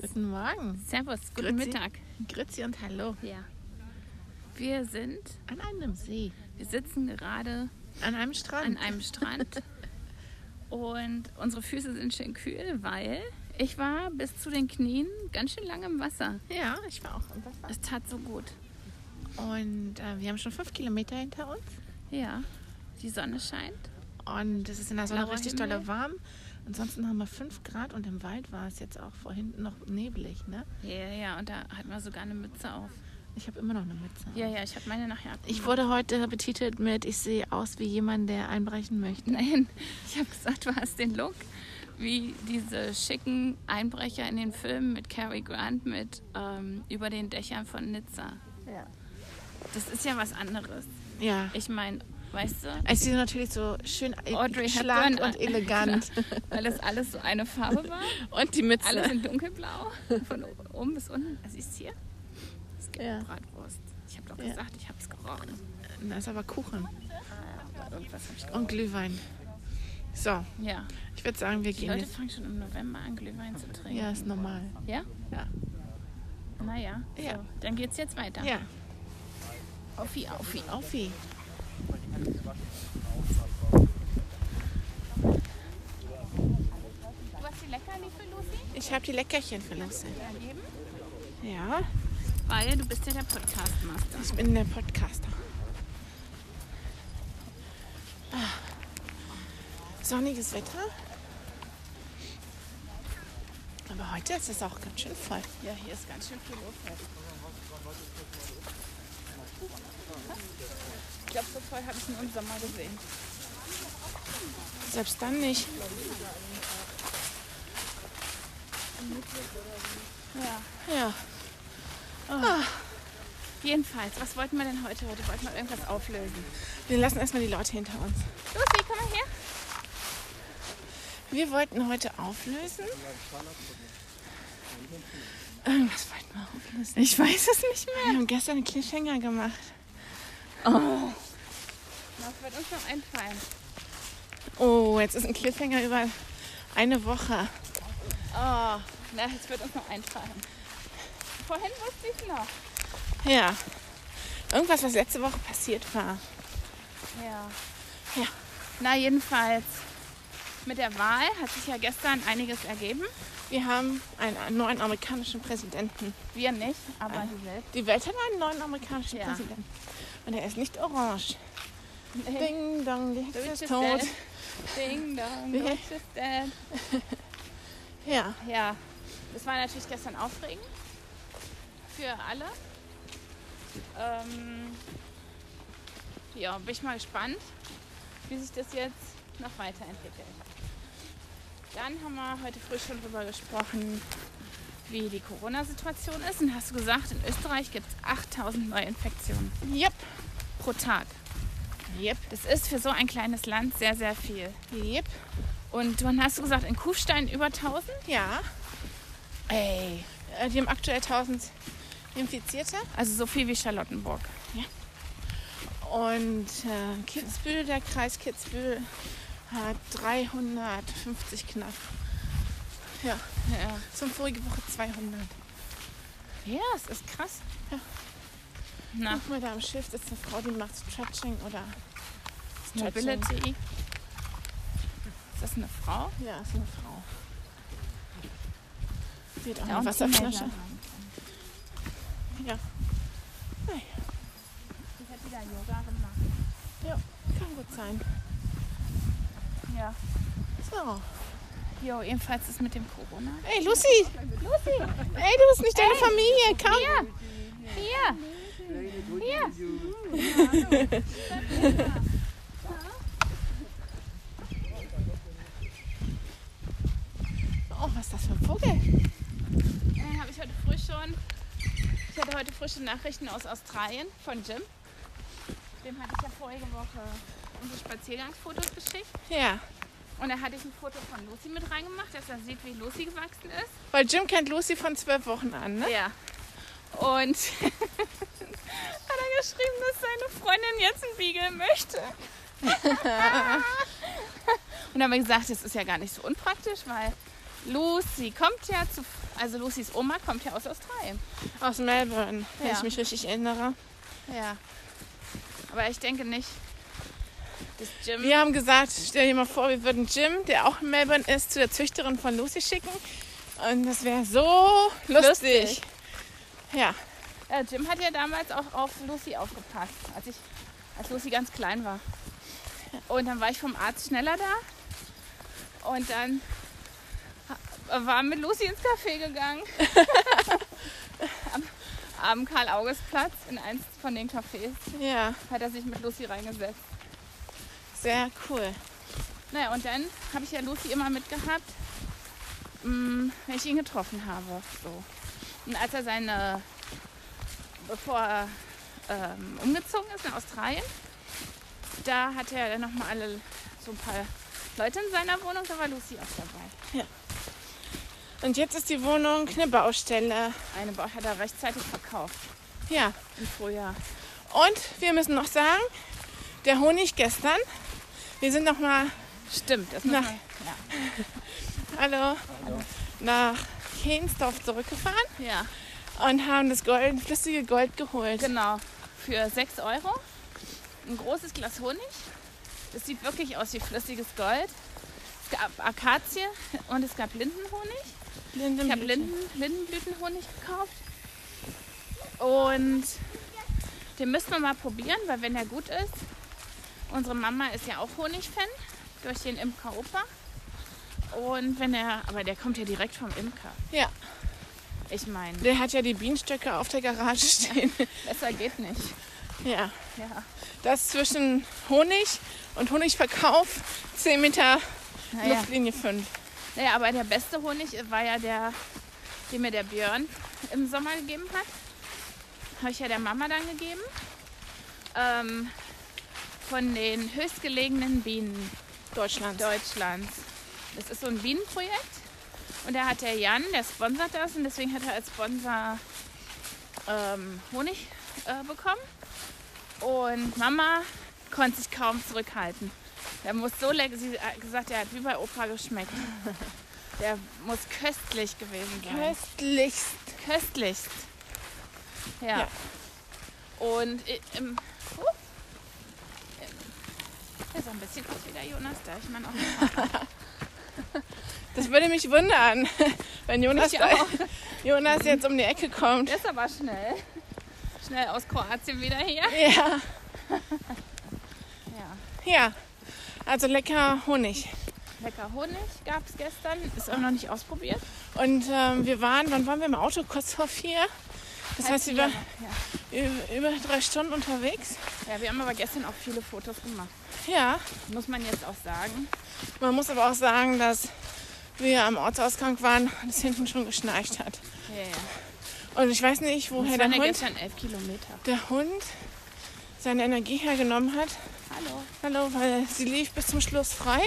Guten Morgen. Servus, guten Grüezi. Mittag. Grüezi und hallo. Ja. Wir sind, An einem See. wir sitzen gerade An einem Strand. an einem Strand und unsere Füße sind schön kühl, weil ich war bis zu den Knien ganz schön lange im Wasser. ja, ich war auch im Wasser. Es tat so gut. Und äh, wir haben schon fünf Kilometer hinter uns. Ja, die Sonne scheint. Und es ist in der Sonne Blauer richtig Himmel. dolle warm. Ansonsten haben wir fünf Grad und im Wald war es jetzt auch vorhin noch nebelig. Ne? Ja, ja, und da hat man sogar eine Mütze auf. Ich habe immer noch eine Mütze. Ja, ja, ich habe meine nachher abgemacht. Ich wurde heute betitelt mit, ich sehe aus wie jemand, der einbrechen möchte. Nein, ich habe gesagt, du hast den Look wie diese schicken Einbrecher in den Filmen mit Cary Grant mit ähm, über den Dächern von Nizza. Ja. Das ist ja was anderes. ja. Ich meine, weißt du, Ich sehe natürlich so schön e- Audrey schlank Hepburn. und elegant. weil das alles so eine Farbe war. und die Mütze. Alles in dunkelblau, von o- oben bis unten. Also siehst du hier? Es gibt Ja. Bratwurst. Ich habe doch Ja. gesagt, ich habe es gerochen. Da ist aber Kuchen Aber Irgendwas habe ich gerochen. und Glühwein. So, Ja, ich würde sagen, wir die gehen Leute jetzt. fangen schon im November an, Glühwein zu trinken. Ja, ist normal. Ja? Ja. Naja. Ja. So, dann geht's jetzt weiter. Ja, Aufi, aufi. Aufi. Du hast die Leckerli für Lucy? Ich habe die Leckerchen verlassen. Daneben? Ja, Weil du bist ja der Podcast-Master. ich bin der Podcaster. Ah. Sonniges Wetter. Aber heute ist es auch ganz schön voll. Ja, hier ist ganz schön viel los. Ich glaube, so voll habe ich nur im Sommer gesehen. Selbst dann nicht. Ja. Ja. Jedenfalls, was wollten wir denn heute? Heute wollten wir irgendwas auflösen. Wir lassen erstmal die Leute hinter uns. Lucy, komm mal her. Wir wollten heute auflösen. Irgendwas wollten wir auflösen. Ich weiß es nicht mehr. Wir haben gestern einen Cliffhanger gemacht. Was wird uns noch einfallen? Oh, jetzt ist ein Cliffhanger über eine Woche. Oh, na, jetzt wird uns noch einfallen. Vorhin wusste ich noch. Ja. Irgendwas, was letzte Woche passiert war. Ja. Ja. Na, jedenfalls. Mit der Wahl hat sich ja gestern einiges ergeben. Wir haben einen neuen amerikanischen Präsidenten. Wir nicht, aber die Welt. Die Welt hat einen neuen amerikanischen Ja. Präsidenten. Und er ist nicht orange. Nee. Ding dong, die The Hexe witch ist is tot. dead. Ding dong, Nee. the witch is dead. Ja. Ja, das war natürlich gestern aufregend für alle. Ähm, ja, bin ich mal gespannt, wie sich das jetzt noch weiterentwickelt. Dann haben wir heute früh schon drüber gesprochen, wie die Corona-Situation ist. Und hast du gesagt, in Österreich gibt es 8000 Neuinfektionen Yep. pro Tag. Yep. Das ist für so ein kleines Land sehr, sehr viel. Yep. Und wann hast du gesagt, in Kufstein über 1000? Ja. Ey. Äh, Die haben aktuell 1000 Infizierte. Also so viel wie Charlottenburg. Und äh, Kitzbühel, der Kreis Kitzbühel, hat 350 knapp. Ja, Ja. zum vorige Woche 200. Ja, es ist krass. Na, Guck mal, da am Schiff sitzt eine Frau, die macht Stretching oder Stretching. Mobility. Ist das eine Frau? Ja, ist eine Frau. Sie hat auch Ja, eine und Wasserflasche. Teenager. Ja, Die hat wieder Yoga gemacht. kann gut sein. Ja. So. Jo, jedenfalls ist mit dem Corona. Ey, Lucy! Lucy! Ey, du bist nicht deine Familie, komm! Hier! Hier! Oh, was ist das für ein Vogel? Dann habe Äh, ich heute früh schon. Ich hatte heute frische Nachrichten aus Australien von Jim. Dem hatte ich ja vorige Woche unsere Spaziergangsfotos geschickt. Ja, Und da hatte ich ein Foto von Lucy mit reingemacht, dass er sieht, wie Lucy gewachsen ist. weil Jim kennt Lucy von zwölf Wochen an, ne? Ja. Und hat er geschrieben, dass seine Freundin jetzt einen Beagle möchte. Und dann haben wir gesagt, das ist ja gar nicht so unpraktisch, weil Lucy kommt ja zu Also Lucys Oma kommt ja aus Australien. Aus Melbourne, wenn Ja. ich mich richtig erinnere. Ja. Aber ich denke nicht. Das Gym. Wir haben gesagt, stell dir mal vor, wir würden Jim, der auch in Melbourne ist, zu der Züchterin von Lucy schicken. Und das wäre so lustig. Lustig. Ja, Ja, Äh, Jim hat ja damals auch auf Lucy aufgepasst, als, ich, als Lucy ganz klein war. Und dann war ich vom Arzt schneller da. Und dann ha- war mit Lucy ins Café gegangen. am, am Karl-August-Platz in eins von den Cafés ja, hat er sich mit Lucy reingesetzt. sehr cool. Naja, und dann habe ich ja Lucy immer mitgehabt, mm, wenn ich ihn getroffen habe. So. Und als er seine, bevor er ähm, umgezogen ist nach Australien, da hatte er dann nochmal alle so ein paar Leute in seiner Wohnung, da war Lucy auch dabei. Und jetzt ist die Wohnung eine Baustelle. Eine Bauch hat er rechtzeitig verkauft Ja, im Frühjahr. und wir müssen noch sagen, der Honig gestern. Wir sind noch mal, Stimmt, das muss man, Na. ja. hallo, nach Kehnsdorf zurückgefahren ja, und haben das Gold, flüssige Gold geholt. genau. Für 6 Euro ein großes Glas Honig. Das sieht wirklich aus wie flüssiges Gold. Es gab Akazie und es gab Lindenhonig. Ich habe Linden, Lindenblütenhonig gekauft. Und den müssen wir mal probieren, weil wenn der gut ist, unsere Mama ist ja auch Honigfan durch den Imker Opa. Und wenn er, aber der kommt ja direkt vom Imker. Ja. Ich meine, Der hat ja die Bienenstöcke auf der Garage stehen. besser geht nicht. ja. Ja. Das zwischen Honig und Honigverkauf 10 Meter Naja. Luftlinie 5. naja, aber der beste Honig war ja der, den mir der Björn im Sommer gegeben hat. Habe ich ja der Mama dann gegeben. Ähm, von den höchstgelegenen Bienen. Deutschland. Deutschlands. Das ist so ein Bienenprojekt. Und da hat der Jan, der sponsert das und deswegen hat er als Sponsor ähm, Honig äh, bekommen. Und Mama konnte sich kaum zurückhalten. Der muss so lecker, sie hat gesagt, der hat wie bei Opa geschmeckt. Der muss köstlich gewesen sein. Köstlichst. Köstlichst. Ja. Ja. Und i- im. Uh, im- der sah ein bisschen aus wie der Jonas, da ich meine auch nicht. Das würde mich wundern, wenn Jonas, Ich da- auch. Jonas jetzt um die Ecke kommt. Der ist aber schnell. Schnell aus Kroatien wieder hier. Ja. Ja. Ja. Also lecker Honig. Lecker Honig gab es gestern. Ist auch noch nicht ausprobiert. Und ähm, wir waren, wann waren wir im Auto? Kurz vor vier. Das heißt, wir waren ja. ü- über drei Stunden unterwegs. ja, wir haben aber gestern auch viele Fotos gemacht. Ja. Muss man jetzt auch sagen. Man muss aber auch sagen, dass wir am Ortsausgang waren und es hinten schon geschnarcht hat. Ja, ja. Und ich weiß nicht, woher Das der waren ja Hund gestern elf Kilometer. der Hund seine Energie hergenommen hat. Hallo. Hallo, weil sie lief bis zum Schluss frei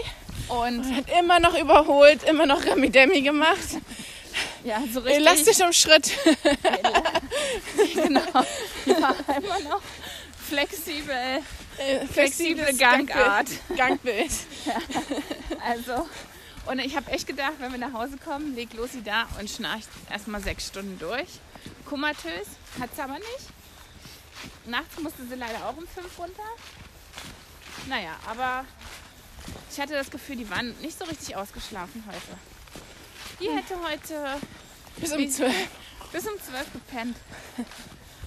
Und und hat immer noch überholt, immer noch Remi-Demi gemacht. ja, so richtig. Elastisch im Schritt. Genau. Ja, immer noch flexible, Äh, flexible flexibles Gangart. Gangbild. Gangbild. Also. Und ich habe echt gedacht, wenn wir nach Hause kommen, legt Lucy da und schnarcht erstmal sechs Stunden durch. Komatös hat sie aber nicht. Nachts musste sie leider auch um fünf runter. Naja, aber ich hatte das Gefühl, die waren nicht so richtig ausgeschlafen heute. Die hätte heute Bis um zwölf. bis um zwölf gepennt.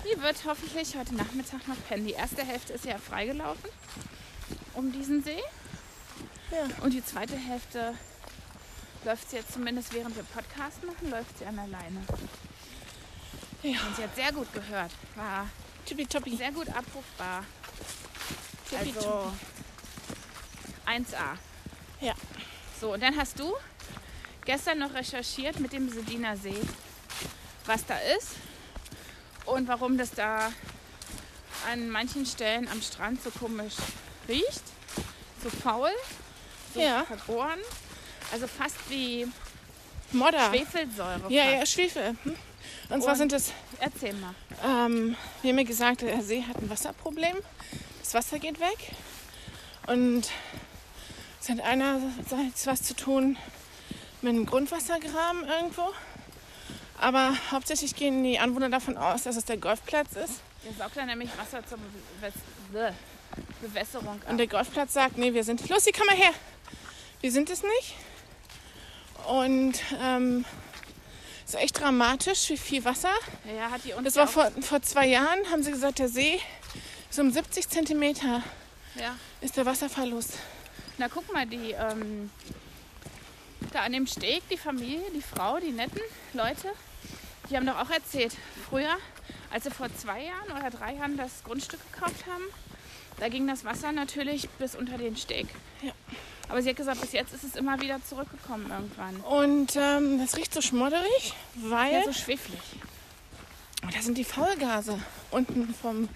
Die wird hoffentlich heute Nachmittag noch pennen. Die erste Hälfte ist ja freigelaufen um diesen See. Ja. Und die zweite Hälfte läuft sie jetzt zumindest während wir Podcast machen, läuft sie an der Leine. Ja. Und sie hat sehr gut gehört. War Tippitoppi. sehr gut abrufbar. Tippitoppi. Also 1A. Ja. So, und dann hast du gestern noch recherchiert mit dem Sediner See, was da ist und warum das da an manchen Stellen am Strand so komisch riecht, so faul, so Ja. vergoren. Also fast wie Modder. Schwefelsäure. Ja, ja, fast. Schwefel. Hm? Und zwar Und- sind das, Erzähl mal. ähm, wir haben ja gesagt, der See hat ein Wasserproblem. Das Wasser geht weg. Und es hat einerseits was zu tun mit einem Grundwassergraben irgendwo. Aber hauptsächlich gehen die Anwohner davon aus, dass es der Golfplatz ist. Jetzt saugt er nämlich Wasser zur Bewäs- Bäh. Bewässerung ab. Und der Golfplatz sagt, nee, wir sind, los, die komm mal her. Wir sind es nicht. Und ähm, es ist echt dramatisch, wie viel Wasser. ja, hat die uns Das ja war auch- vor, vor zwei Jahren, haben sie gesagt, der See ist um 70 Zentimeter Ja. ist der Wasserverlust. Na guck mal, die ähm, da an dem Steg, die Familie, die Frau, die netten Leute, die haben doch auch erzählt, früher, als sie vor zwei Jahren oder drei Jahren das Grundstück gekauft haben, da ging das Wasser natürlich bis unter den Steg. Ja. Aber sie hat gesagt, bis jetzt ist es immer wieder zurückgekommen irgendwann. Und ähm, das riecht so schmodderig, weil Ja, so schweflig. Und da sind die Faulgase unten vom,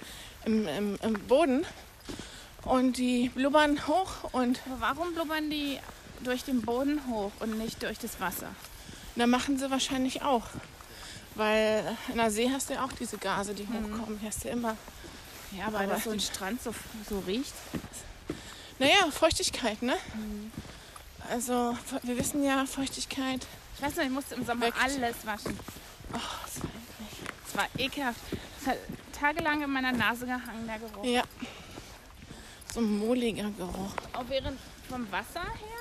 im, im, im Boden. Und die blubbern hoch und Aber warum blubbern die durch den Boden hoch und nicht durch das Wasser? da machen sie wahrscheinlich auch. Weil in der See hast du ja auch diese Gase, die Mhm. hochkommen. Die hast du immer. Ja, aber, Aber dass so ein Strand so, so riecht. Naja, Feuchtigkeit, ne? Mhm. Also, wir wissen ja, Feuchtigkeit. Ich weiß noch, ich musste im Sommer Weckt. alles waschen. Oh, das war eklig. Es war ekelhaft. Es hat tagelang in meiner Nase gehangen, der Geruch. Ja. So ein mohliger Geruch. Auch während vom Wasser her.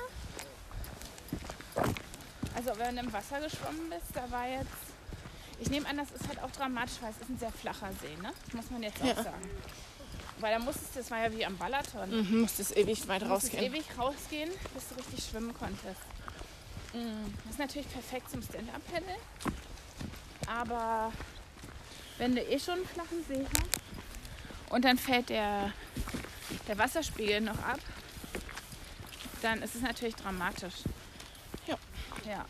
Also wenn du im Wasser geschwommen bist, da war jetzt. Ich nehme an, das ist halt auch dramatisch, weil es ist ein sehr flacher See, ne? Muss man jetzt auch Ja. sagen. Weil da musstest du, das war ja wie am Ballaton. Mhm, musste es ewig weit Du musstest rausgehen. ewig rausgehen, bis du richtig schwimmen konntest. Mm, Das ist natürlich perfekt zum Stand-Up-Paddle. Aber wenn du eh schon einen flachen See hast und dann fällt der, der Wasserspiegel noch ab, dann ist es natürlich dramatisch. Ja. Ja.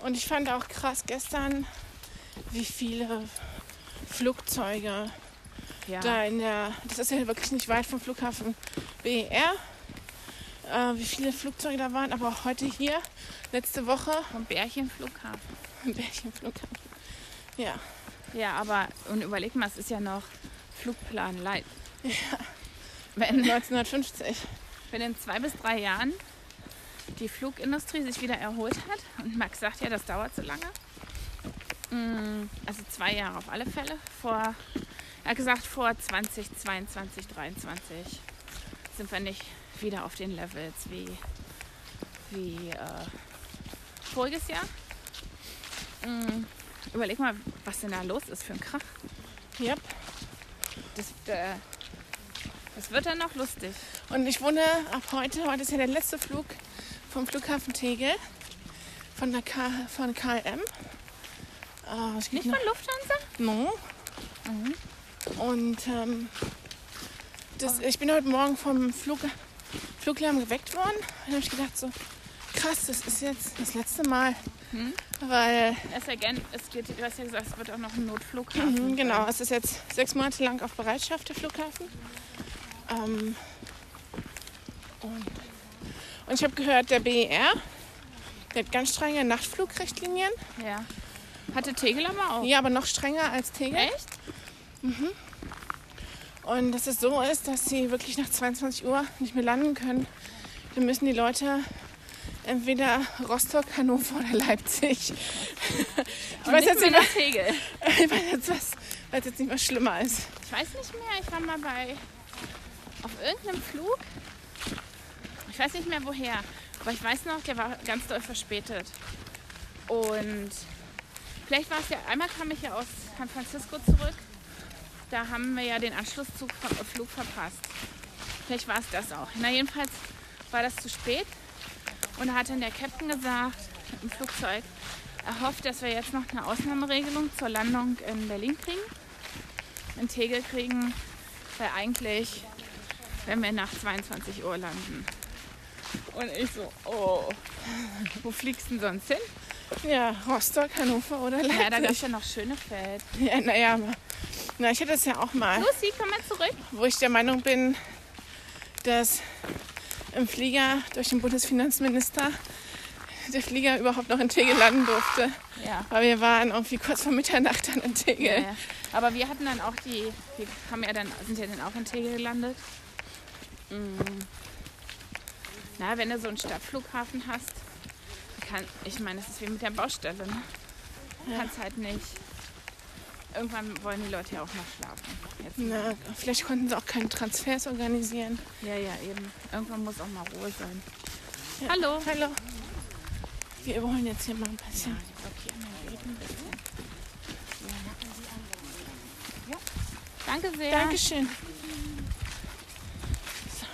Und ich fand auch krass gestern, wie viele Flugzeuge ja. da in der, das ist ja wirklich nicht weit vom Flughafen BER, äh, wie viele Flugzeuge da waren, aber auch heute hier, letzte Woche, Vom Bärchenflughafen. im Bärchenflughafen. Ja, Ja, aber und überleg mal, es ist ja noch Flugplan light. Wenn, 1950. wenn in zwei bis drei Jahren die Flugindustrie sich wieder erholt hat, und Max sagt ja, das dauert so lange, Mm, also zwei Jahre auf alle Fälle, vor, er hat gesagt, vor 2022, 23 sind wir nicht wieder auf den Levels wie, wie äh, voriges Jahr. Mm, Überleg mal, was denn da los ist für ein Krach. Ja. Das, äh, das wird dann noch lustig. Und ich wohne ab heute, heute ist ja der letzte Flug vom Flughafen Tegel, von der K, von KLM. Äh, es gibt Nicht noch- von Lufthansa? No. Und ähm, das, ich bin heute Morgen vom Flug, Fluglärm geweckt worden. Und habe ich gedacht, so krass, das ist jetzt das letzte Mal. Weil, Es ja gern, es geht, du hast ja gesagt, es wird auch noch ein Notflughafen. mhm, genau, sein. es ist jetzt sechs Monate lang auf Bereitschaft der Flughafen. Ähm, und, und ich habe gehört, der BER, der hat ganz strenge Nachtflugrichtlinien. Ja. Hatte Tegel aber auch. Ja, aber noch strenger als Tegel. Oh. Echt? Und dass es so ist, dass sie wirklich nach 22 Uhr nicht mehr landen können, dann müssen die Leute entweder Rostock, Hannover oder Leipzig. Ich Und weiß, nicht jetzt mehr nicht, nach Tegel. was- ich weiß jetzt, was, was jetzt nicht mehr schlimmer ist. Ich weiß nicht mehr, ich war mal bei auf irgendeinem Flug. Ich weiß nicht mehr woher. Aber ich weiß noch, der war ganz doll verspätet. Und vielleicht war es ja, einmal kam ich ja aus San Francisco zurück. Da haben wir ja den Anschlusszug ver- Flug verpasst. Vielleicht war es das auch. Na jedenfalls war das zu spät. Und da hat dann der Captain gesagt im Flugzeug, er hofft, dass wir jetzt noch eine Ausnahmeregelung zur Landung in Berlin kriegen in Tegel kriegen, weil eigentlich, wenn wir nach 22 Uhr landen. Und ich so, oh, wo fliegst du denn sonst hin? Ja, Rostock, Hannover oder Ja, da gab es Leipzig. ja noch Schönefeld. Ja, naja, aber- na, ich hatte es ja auch mal, Lucy, komm mal zurück. wo ich der Meinung bin, dass im Flieger durch den Bundesfinanzminister der Flieger überhaupt noch in Tegel landen durfte. Ja. Weil wir waren irgendwie kurz vor Mitternacht dann in Tegel. Ja, ja. Aber wir hatten dann auch die, wir haben ja dann, sind ja dann auch in Tegel gelandet. Mm. Na, wenn du so einen Stadtflughafen hast, kann, ich meine, das ist wie mit der Baustelle. Ne? Kannst halt nicht. Irgendwann wollen die Leute ja auch mal schlafen. Jetzt Na, vielleicht konnten sie auch keine Transfers organisieren. Ja, ja, eben. Irgendwann muss auch mal Ruhe sein. Hallo. Hallo. Wir überholen jetzt hier mal ein bisschen. Danke sehr. Dankeschön. So.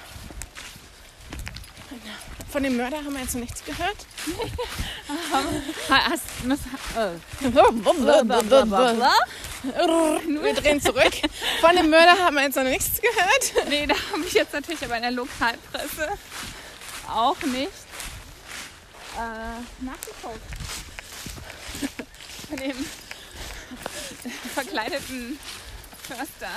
Von dem Mörder haben wir jetzt noch nichts gehört. Ha- Ah, Hast, muss, äh, Wir drehen zurück. Von dem Mörder haben wir jetzt noch nichts gehört. nee, da habe ich jetzt natürlich aber in der Lokalpresse auch nicht äh, nachgeguckt. Von dem verkleideten Förster.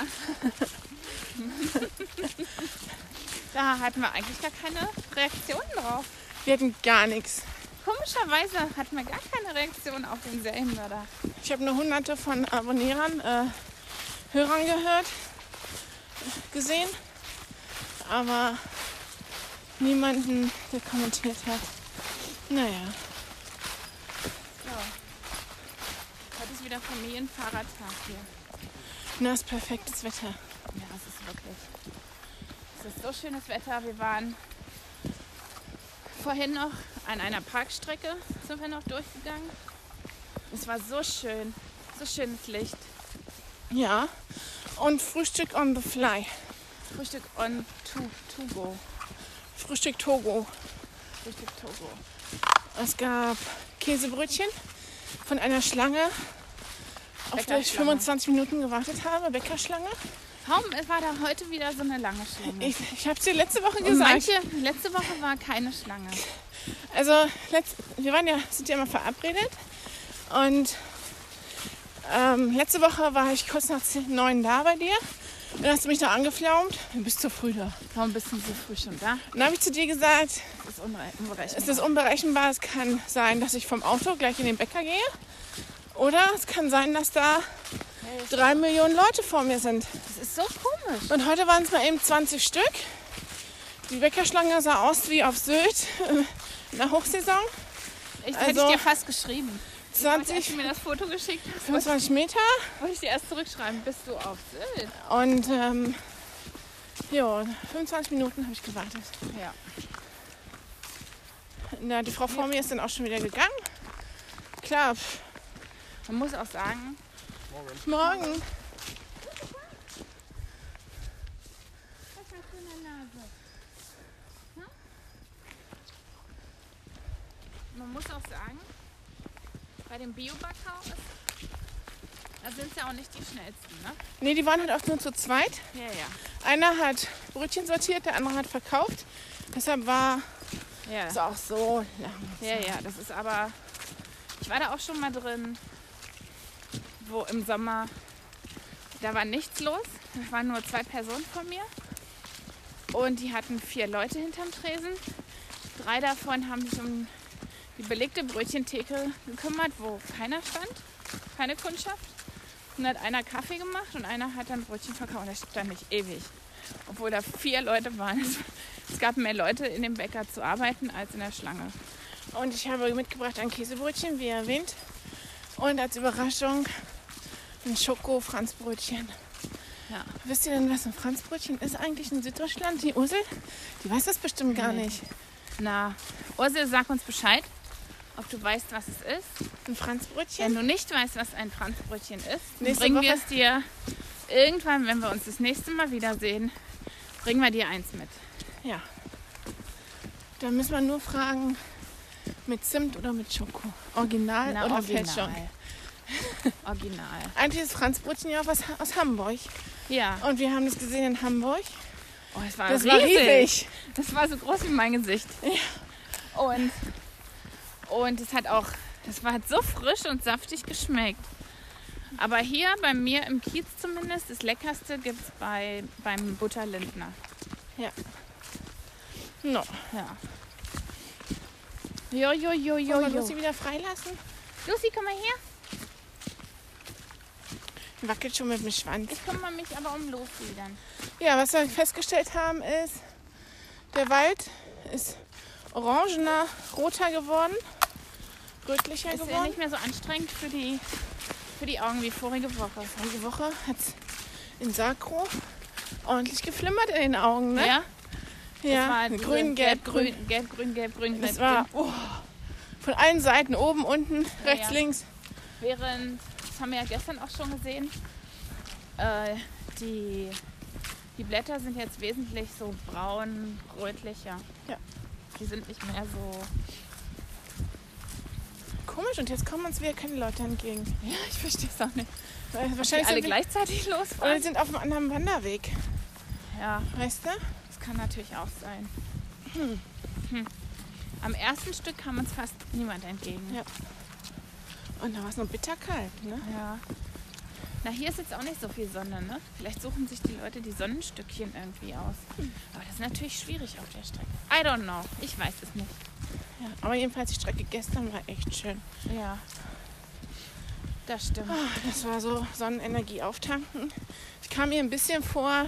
da hatten wir eigentlich gar keine Reaktion drauf. Wir hatten gar nichts. Komischerweise hatten wir gar keine Reaktion auf den Serienmörder. Ich habe nur hunderte von Abonnierern, äh, Hörern gehört, gesehen, aber niemanden, der kommentiert hat. Naja, Ja. Heute ist wieder Familienfahrradtag hier. na, ist perfektes Wetter. Ja, es ist wirklich. Es ist so schönes Wetter. Wir waren vorhin noch an einer Parkstrecke, sind wir noch durchgegangen. Es war so schön, so schönes Licht. Ja, und Frühstück on the fly. Frühstück on to, to go. Frühstück Togo. Frühstück Togo. Es gab Käsebrötchen von einer Schlange, auf der ich Bäckerschlange. 25 Minuten gewartet habe, Bäckerschlange. Warum war da heute wieder so eine lange Schlange? Ich, ich habe es dir letzte Woche Und gesagt. manche, letzte Woche war keine Schlange. Also letzt, wir waren ja, sind ja immer verabredet und ähm, letzte Woche war ich kurz nach 10 neun da bei dir und dann hast du mich da angeflaumt. Du bist zu früh da. Warum bist du so früh schon da? Und dann habe ich zu dir gesagt, Das ist unre- unberechenbar. es ist unberechenbar, es kann sein, dass ich vom Auto gleich in den Bäcker gehe oder es kann sein, dass da drei Millionen Leute vor mir sind. das ist so komisch. Und heute waren es mal eben 20 Stück. Die Bäckerschlange sah aus wie auf Sylt äh, in der Hochsaison. Ich hätte Also- ich dir fast geschrieben. Als 20, du mir das Foto geschickt hast, wollte 25 Meter. Wollte ich dir erst zurückschreiben, bist du auf Sylt? Und ähm, ja, 25 Minuten habe ich gewartet. Ja. Na, die Frau vor mir ist dann auch schon wieder gegangen. Klar, pf, Man muss auch sagen, morgen. was hast du in der Nase? Hm? Man muss auch sagen, bei dem Bio-Backhaus, da sind ja auch nicht die schnellsten, ne? Nee, die waren halt oft nur zu zweit. Ja, ja. Einer hat Brötchen sortiert, der andere hat verkauft. Deshalb war Ja, es auch so lang. ja, ja das ist aber. Ich war da auch schon mal drin, wo im Sommer, da war nichts los. Es waren nur zwei Personen von mir. Und die hatten vier Leute hinterm Tresen. Drei davon haben sich um die belegte Brötchentheke gekümmert, wo keiner stand, keine Kundschaft. Und hat einer Kaffee gemacht und einer hat dann Brötchen verkauft. Und das stand nicht ewig. Obwohl da vier Leute waren. Es gab mehr Leute in dem Bäcker zu arbeiten als in der Schlange. Und ich habe mitgebracht ein Käsebrötchen, wie erwähnt. Und als Überraschung ein Schoko-Franzbrötchen. Ja. Wisst ihr denn, was ein Franzbrötchen ist eigentlich in Süddeutschland? Die Ursel? Die weiß das bestimmt gar Nee. nicht. Na, Ursel, sag uns Bescheid, ob du weißt, was es ist. Ein Franzbrötchen? Wenn du nicht weißt, was ein Franzbrötchen ist, dann Nächste bringen wir Woche. es dir irgendwann, wenn wir uns das nächste Mal wiedersehen, bringen wir dir eins mit. Ja. Da müssen wir nur fragen, mit Zimt oder mit Schoko. Original oder Fälschung. Original. Eigentlich ist Franzbrötchen ja was aus Hamburg. Ja. Und wir haben das gesehen in Hamburg. Oh, es war Das riesig. war riesig. Das war so groß wie mein Gesicht. Und, und es hat auch, es war hat so frisch und saftig geschmeckt. Aber hier bei mir im Kiez zumindest, das Leckerste gibt es bei, beim Butterlindner. No. Ja. Jo, jo, jo, jo, Wollen wir jo. Lucy wieder freilassen? Lucy, komm mal her. Die Wackelt schon mit dem Schwanz. Ich kümmere mich aber um Lucy dann. Ja, was wir festgestellt haben ist, der Wald ist orangener, roter geworden. rötlicher Ist ja geworden. nicht mehr so anstrengend für die, für die Augen wie vorige Woche. Diese Woche hat es in Sakro ordentlich geflimmert in den Augen, ne? Ja? Das war grün, gelb, grün. grün, gelb, grün, gelb, grün, gelb, Das war grün. oh, von allen Seiten, oben, unten, rechts, ja. links. Während, das haben wir ja gestern auch schon gesehen, äh, die, die Blätter sind jetzt wesentlich so braun, rötlicher. Ja. Die sind nicht mehr so. Komisch, und jetzt kommen uns wieder keine Leute entgegen. Ja, ich verstehe es auch nicht. Weil Die Wahrscheinlich alle sind Äh, wir, gleichzeitig oder losfahren. sind auf einem anderen Wanderweg, Ja, weißt du? das kann natürlich auch sein. Hm. Am ersten Stück kam uns fast niemand entgegen. Ja. Und da war es noch bitterkalt, ne? Ja. Na, hier ist jetzt auch nicht so viel Sonne, ne? Vielleicht suchen sich die Leute die Sonnenstückchen irgendwie aus. Aber das ist natürlich schwierig auf der Strecke. I don't know. Ich weiß es nicht. Ja. Aber jedenfalls, die Strecke gestern war echt schön. Ja. Ah. Das stimmt. Das war so Sonnenenergie auftanken. Ich kam mir ein bisschen vor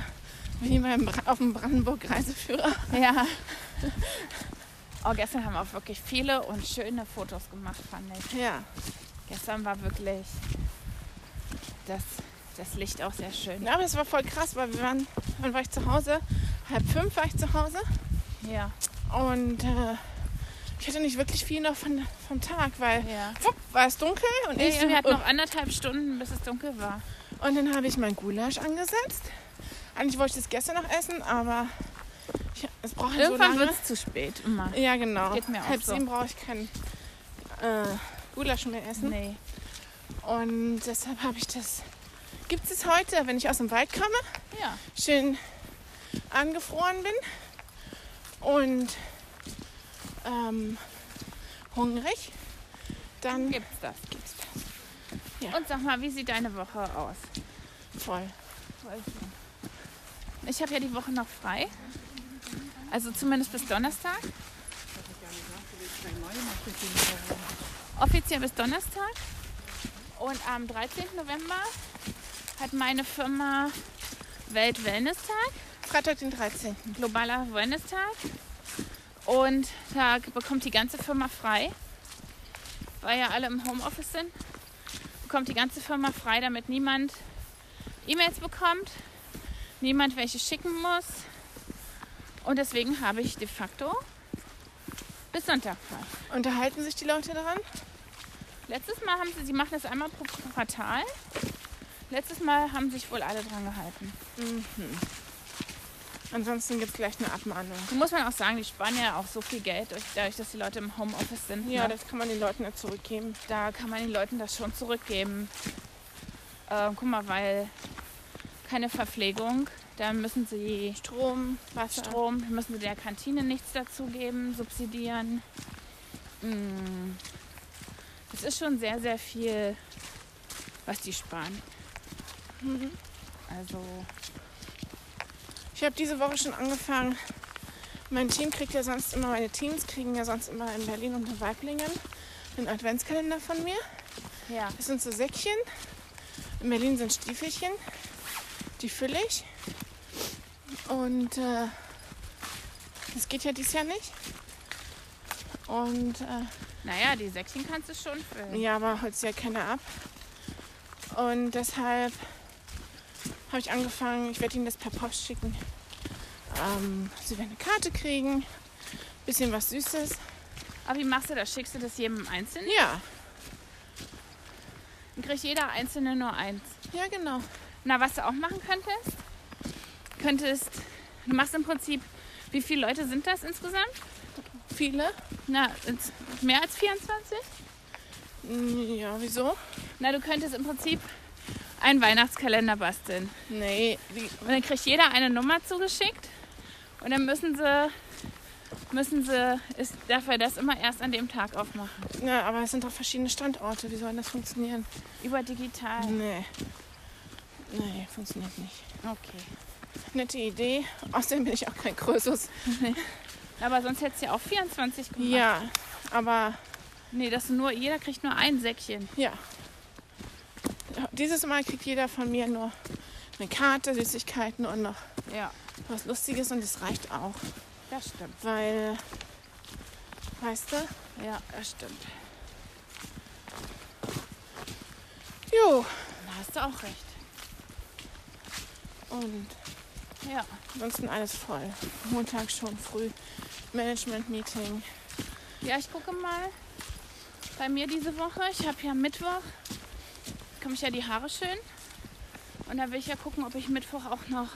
wie beim Bra- auf dem Brandenburg-Reiseführer. Ja. Oh, gestern haben wir auch wirklich viele und schöne Fotos gemacht, fand ich. Ja, Gestern war wirklich das, das Licht auch sehr schön. Na, aber das war voll krass, weil wir waren, wann war ich zu Hause? Halb fünf war ich zu Hause Ja. und äh, ich hatte nicht wirklich viel noch von, vom Tag, weil ja. wupp, war es dunkel und ich Wir hatten und, noch anderthalb Stunden, bis es dunkel war. und dann habe ich mein Gulasch angesetzt. Eigentlich wollte ich das gestern noch essen, aber ich, es braucht halt so Irgendwann lange. wird es zu spät, immer. Ja, genau. Geht mir auch Halb so. sieben brauche ich kein äh, Gulasch mehr essen. Nee. Und deshalb habe ich das. Gibt es heute, wenn ich aus dem Wald komme? Ja. schön angefroren bin und ähm, hungrig, dann Gibt's das, gibt's das. Ja. Und sag mal, wie sieht deine Woche aus? voll. Ich habe ja die Woche noch frei. Also zumindest bis Donnerstag. Offiziell bis Donnerstag. Und am 13. November hat meine Firma Welt Wellness Tag, Freitag den 13. globaler Wellness Tag. Und da bekommt die ganze Firma frei, weil ja alle im Homeoffice sind. Bekommt die ganze Firma frei, damit niemand E-Mails bekommt, niemand welche schicken muss. Und deswegen habe ich de facto bis Sonntag frei. Unterhalten sich die Leute daran? Letztes Mal haben sie, sie machen das einmal pro Quartal. Letztes Mal haben sich wohl alle dran gehalten. Ansonsten gibt es gleich eine Abmahnung. Da muss man auch sagen, die sparen ja auch so viel Geld, durch- dadurch, dass die Leute im Homeoffice sind. Ja, ne? das kann man den Leuten ja zurückgeben. da kann man den Leuten das schon zurückgeben. Ähm, guck mal, weil keine Verpflegung, dann müssen sie Strom, Wasser. Strom, dann müssen sie der Kantine nichts dazugeben, subsidieren. Mm. Es ist schon sehr, sehr viel, was die sparen. Mhm. Also, Ich habe diese Woche schon angefangen. Mein Team kriegt ja sonst immer, meine Teams kriegen ja sonst immer in Berlin und in Weiblingen einen Adventskalender von mir. ja. Das sind so Säckchen. In Berlin sind Stiefelchen. Die fülle ich. Und äh, das geht ja dieses Jahr nicht. Und äh, Naja, die Säckchen kannst du schon füllen. ja, aber holt ja keiner ab. Und deshalb habe ich angefangen, ich werde ihnen das per Post schicken. Ähm, sie werden eine Karte kriegen, bisschen was Süßes. Aber wie machst du das? Schickst du das jedem Einzelnen? Ja, Dann kriegt jeder Einzelne nur eins. ja genau. Na, was du auch machen könntest, könntest, du machst im Prinzip, wie viele Leute sind das insgesamt? Viele? Na, ins- mehr als 24? Mm, Ja, wieso? Na, du könntest im Prinzip einen Weihnachtskalender basteln. Nee, die, Und dann kriegt jeder eine Nummer zugeschickt. Und dann müssen sie, müssen sie, ist, darf er das immer erst an dem Tag aufmachen. Ja, aber es sind doch verschiedene Standorte. Wie soll das funktionieren? Über digital. Nee. Nee, funktioniert nicht. Okay. Nette Idee. Außerdem bin ich auch kein Krösus. Aber sonst hättest du ja auch 24 gemacht. Ja, aber Nee, das nur, jeder kriegt nur ein Säckchen. ja. Dieses Mal kriegt jeder von mir nur eine Karte, Süßigkeiten und noch Ja, was Lustiges und das reicht auch. das stimmt. Weil, weißt du, Ja, das stimmt. Jo, Da hast du auch recht. und Ja. ansonsten alles voll. Montag schon früh. Management-Meeting. Ja, ich gucke mal bei mir diese Woche. Ich habe ja Mittwoch, komme ich ja die Haare schön. Und da will ich ja gucken, ob ich Mittwoch auch noch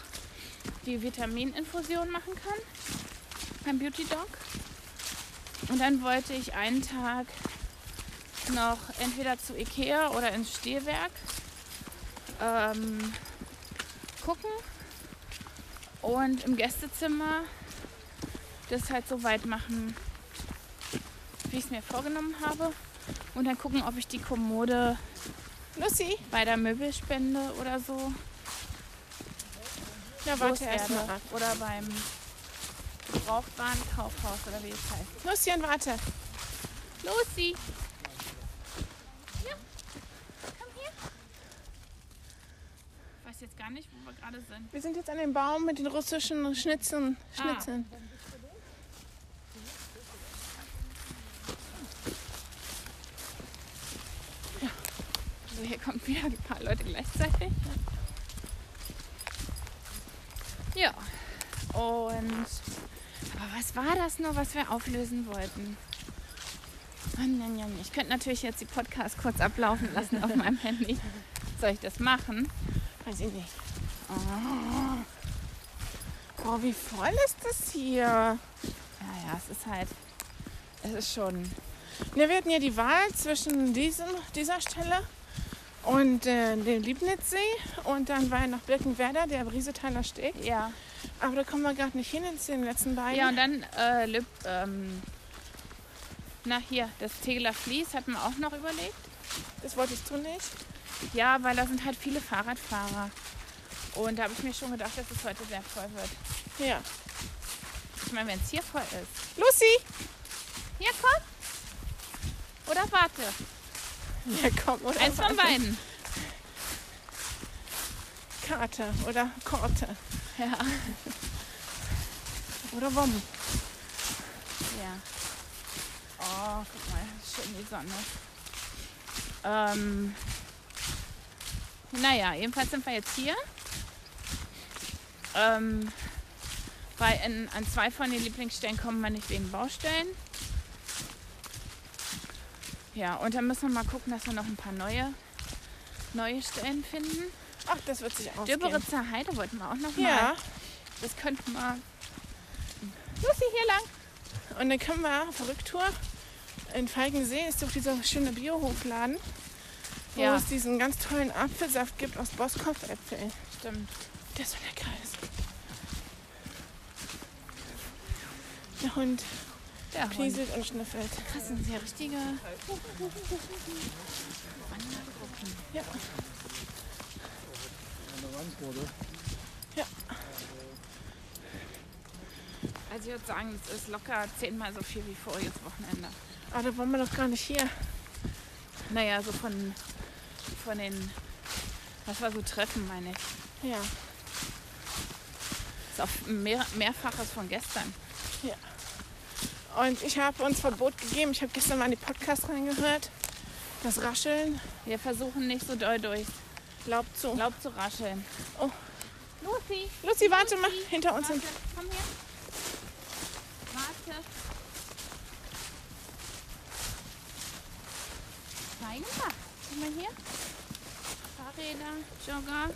die Vitamininfusion machen kann beim Beauty Dog. Und dann wollte ich einen Tag noch entweder zu Ikea oder ins Stehwerk ähm, gucken und im Gästezimmer das halt so weit machen, wie ich es mir vorgenommen habe. Und dann gucken, ob ich die Kommode Lucy, bei der Möbelspende oder so na warte erstmal ab. Oder beim Gebrauchtwarenkaufhaus oder wie es heißt. Lucien, warte. Lucy! Ja, komm her. Ich weiß jetzt gar nicht, wo wir gerade sind. Wir sind jetzt an dem Baum mit den russischen Schnitzen. Ah. Schnitzeln. Also hier kommen wieder ein paar Leute gleichzeitig. Ja, und aber was war das nur, was wir auflösen wollten? Mann, Mann, Mann. Ich könnte natürlich jetzt die Podcasts kurz ablaufen lassen auf meinem Handy. Soll ich das machen? Ah, Weiß ich nicht. Oh. oh, wie voll ist das hier? Ja, ja, es ist halt, es ist schon, Ne, wir hatten ja die Wahl zwischen diesem, dieser Stelle und äh, dem Liebnitzsee und dann war ja noch Birkenwerder, der Briesetaler Steg. ja. Aber da kommen wir gerade nicht hin in den letzten beiden. Ja, und dann, äh, Lüb, ähm, na hier, das Tegeler Fließ hatten wir auch noch überlegt. das wolltest du nicht. Ja, weil da sind halt viele Fahrradfahrer. Und da habe ich mir schon gedacht, dass es heute sehr voll wird. Ja. Ich meine, wenn es hier voll ist. Lucy! Ja, komm! Oder warte. Ja, komm, oder? Eins von beiden. Karte oder Korte Ja. oder Wom. ja. Oh, guck mal, schön die Sonne. Ähm, naja, jedenfalls sind wir jetzt hier. Ähm, weil in, an zwei von den Lieblingsstellen kommen wir nicht wegen Baustellen. Ja, und dann müssen wir mal gucken, dass wir noch ein paar neue, neue Stellen finden. Ach, das wird sich ausgehen. Döberitzer Heide wollten wir auch noch mal. Ja, Das könnten wir. Lucy, hier lang. und dann können wir auf Rücktour in Falkensee ist doch dieser schöne Biohofladen, wo Ja. es diesen ganz tollen Apfelsaft gibt aus Boskopfäpfeln. Stimmt. Der so lecker ist. Der Hund Der Hund. pieselt und schnüffelt. Das sind sehr richtige. Ja. Ja. Also ich würde sagen, es ist locker zehnmal so viel wie voriges Wochenende. Aber Ah, da waren wir doch gar nicht hier. Naja, so von, von den, was war so Treffen, meine ich. Ja. Ist auf mehr, mehrfaches von gestern. Und ich habe uns Verbot gegeben. Ich habe gestern mal in die Podcast reingehört. Das Rascheln. Wir versuchen nicht so doll durch Glaub zu. Laub zu rascheln. Oh. Lucy, Lucy, warte mal. Hinter uns warte, sind. komm her. Warte. Nein, gemacht. Guck mal hier. Fahrräder, Jogger.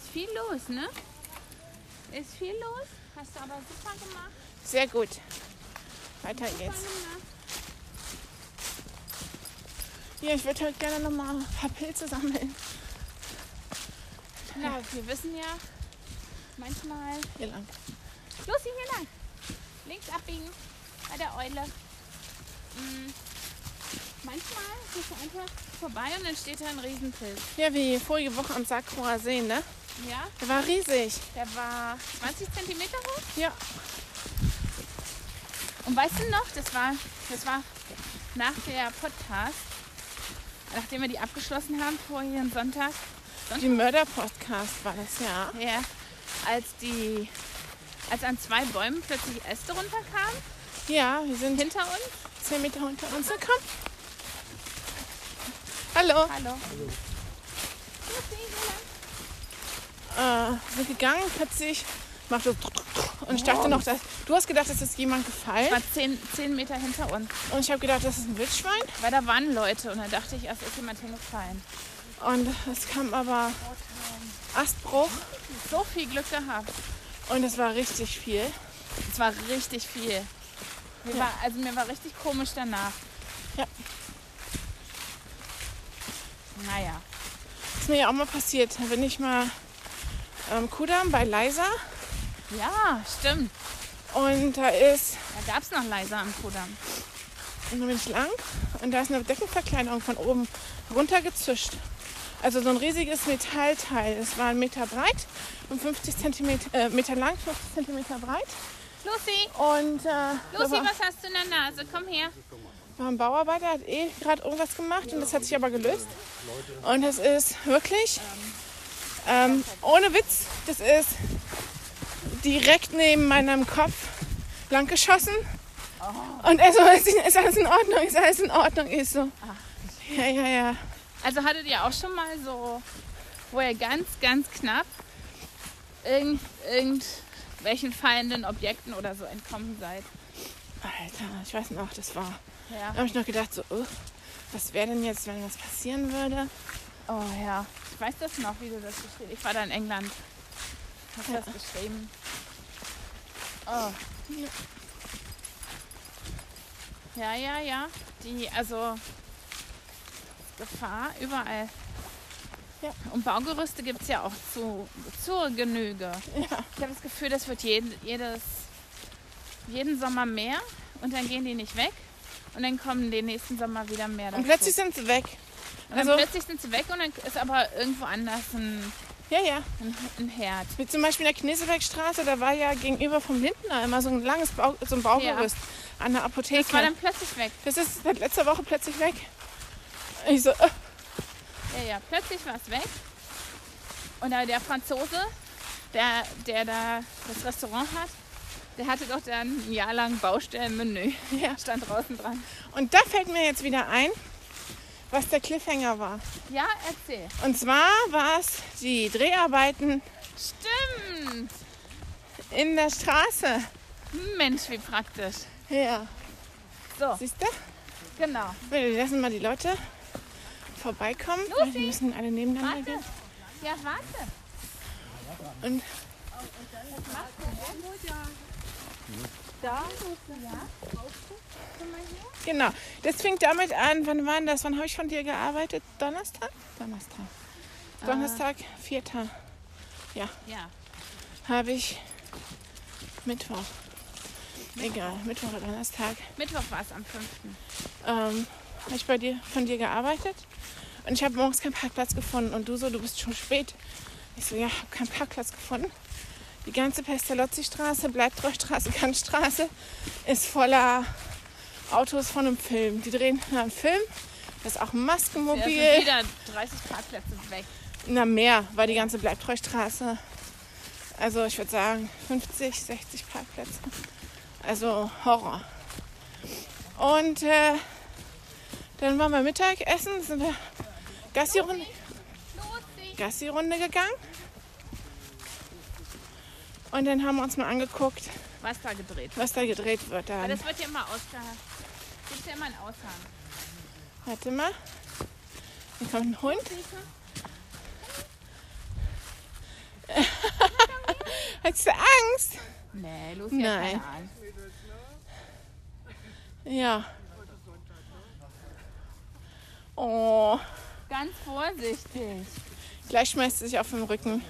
Ist viel los, ne? Ist viel los. Hast du aber super gemacht. Sehr gut. Weiter Super geht's. gemacht. Ja, ich würde heute gerne noch mal ein paar Pilze sammeln. ne? Na, wir wissen ja, manchmal Hier lang. Lucy, hier lang. Links abbiegen. Bei der Eule. Mm. Manchmal gehst du einfach vorbei und dann steht da ein Riesenpilz. Ja, wie vorige Woche am Sakura See, ne? Ja, Der war riesig. der war 20 cm hoch. Ja. Und weißt du noch, das war, das war nach der Podcast, nachdem wir die abgeschlossen haben, vorigen Sonntag, Die Mörder-Podcast war das, ja. ja, als die als an zwei Bäumen plötzlich Äste runterkamen, Ja, wir sind hinter uns. 10 Meter unter uns. Na, komm. Hallo. Hallo. äh, sind gegangen, plötzlich machte so und ich dachte noch, dass, du hast gedacht, es ist jemand gefallen War zehn, zehn Meter hinter uns. und ich habe gedacht, das ist ein Wildschwein Weil da waren Leute und dann dachte ich erst, ist jemand hingefallen. und es kam aber Astbruch So viel Glück gehabt. und es war richtig viel. Es war richtig viel. Mir war, also mir war richtig komisch danach. Ja. Naja. ist mir ja auch mal passiert. Da bin ich mal ähm, Kudam bei Leisa Ja, stimmt. und da ist, Da gab es noch leiser am Kudamm. und da bin ich lang und da ist eine Deckenverkleidung von oben runtergezischt. Also so ein riesiges Metallteil. Es war einen Meter breit und 50 Zentimeter äh, Meter lang, 50 Zentimeter breit. Lucy, Und äh, da Lucy, war, was hast du in der Nase? Komm her. war ein Bauarbeiter, hat eh gerade irgendwas gemacht und das hat sich aber gelöst. Und das ist wirklich, ähm, ohne Witz, das ist direkt neben meinem Kopf lang geschossen. Und er so, ist, ist alles in Ordnung, ist alles in Ordnung. Ich so, ja, ja, ja. Also hattet ihr auch schon mal so, wo ihr ganz, ganz knapp irgend, irgendwelchen fallenden Objekten oder so entkommen seid? Alter, ich weiß noch, das war. Ja. Da habe ich noch gedacht, so, uh, was wäre denn jetzt, wenn was passieren würde? Oh ja. Ich weiß das noch, wie du das geschrieben hast. Ich war da in England. Hast du das geschrieben? Oh. Ja, ja, ja. Die, also Gefahr überall. Ja. Und Baugerüste gibt es ja auch zu, zur Genüge. Ich habe das Gefühl, das wird jeden, jedes, jeden Sommer mehr und dann gehen die nicht weg und dann kommen den nächsten Sommer wieder mehr dazu. Und plötzlich sind sie weg. Und dann also- plötzlich sind sie weg und dann ist aber irgendwo anders ein, Ja, ja. ein, ein Herd. Wie zum Beispiel in der Knesebergstraße, da war ja gegenüber vom Lindner immer so ein langes Bau, so ein Baugerüst an der Apotheke. Das war dann plötzlich weg. Das ist seit letzter Woche plötzlich weg. Ich so, äh, Ja, ja, plötzlich war es weg. Und da der Franzose, der, der da das Restaurant hat, der hatte doch dann ein Jahr lang Baustellenmenü. Ja. Stand draußen dran. und da fällt mir jetzt wieder ein, was der Cliffhanger war. Ja, erzähl. Und zwar war es die Dreharbeiten Stimmt. in der Straße. Mensch, wie praktisch. Ja. So, Siehst du? genau. Wir lassen mal die Leute vorbeikommen. Lucy! Wir müssen alle nebeneinander Warte. gehen. Ja, warte. Und Da. Genau. Das fängt damit an, wann war denn das? Wann habe ich von dir gearbeitet? Donnerstag? Donnerstag. Donnerstag, Vierter. Ja. Habe ich Mittwoch. Egal, Mittwoch oder Donnerstag. Mittwoch war es am 5. Ähm, habe ich bei dir, von dir gearbeitet. Und ich habe morgens keinen Parkplatz gefunden. Und du so, du bist schon spät. Ich so, ja, habe keinen Parkplatz gefunden. Die ganze Pestalozzi-Straße, Bleibtreustraße, Kantstraße ist voller Autos von einem Film. Die drehen einen Film. Das ist auch ein Ja, Maskenmobil. sind wieder 30 Parkplätze weg. Na, mehr, weil die ganze Bleibtreustraße, also ich würde sagen 50, 60 Parkplätze. Also Horror. Und äh, dann waren wir Mittagessen, sind wir Gassi-Runde Lucy. Gassi -Runde gegangen. Und dann haben wir uns mal angeguckt, Was da gedreht. was da gedreht wird. Weil Dann. das wird ja immer ausge... Gibt ja immer einen Aushang. Warte mal. Hier kommt ein Hund. Hast du Angst? Nee, Lucy Nein. hat keine Angst. Ja. Oh, Ganz vorsichtig. gleich schmeißt sie sich auf den Rücken.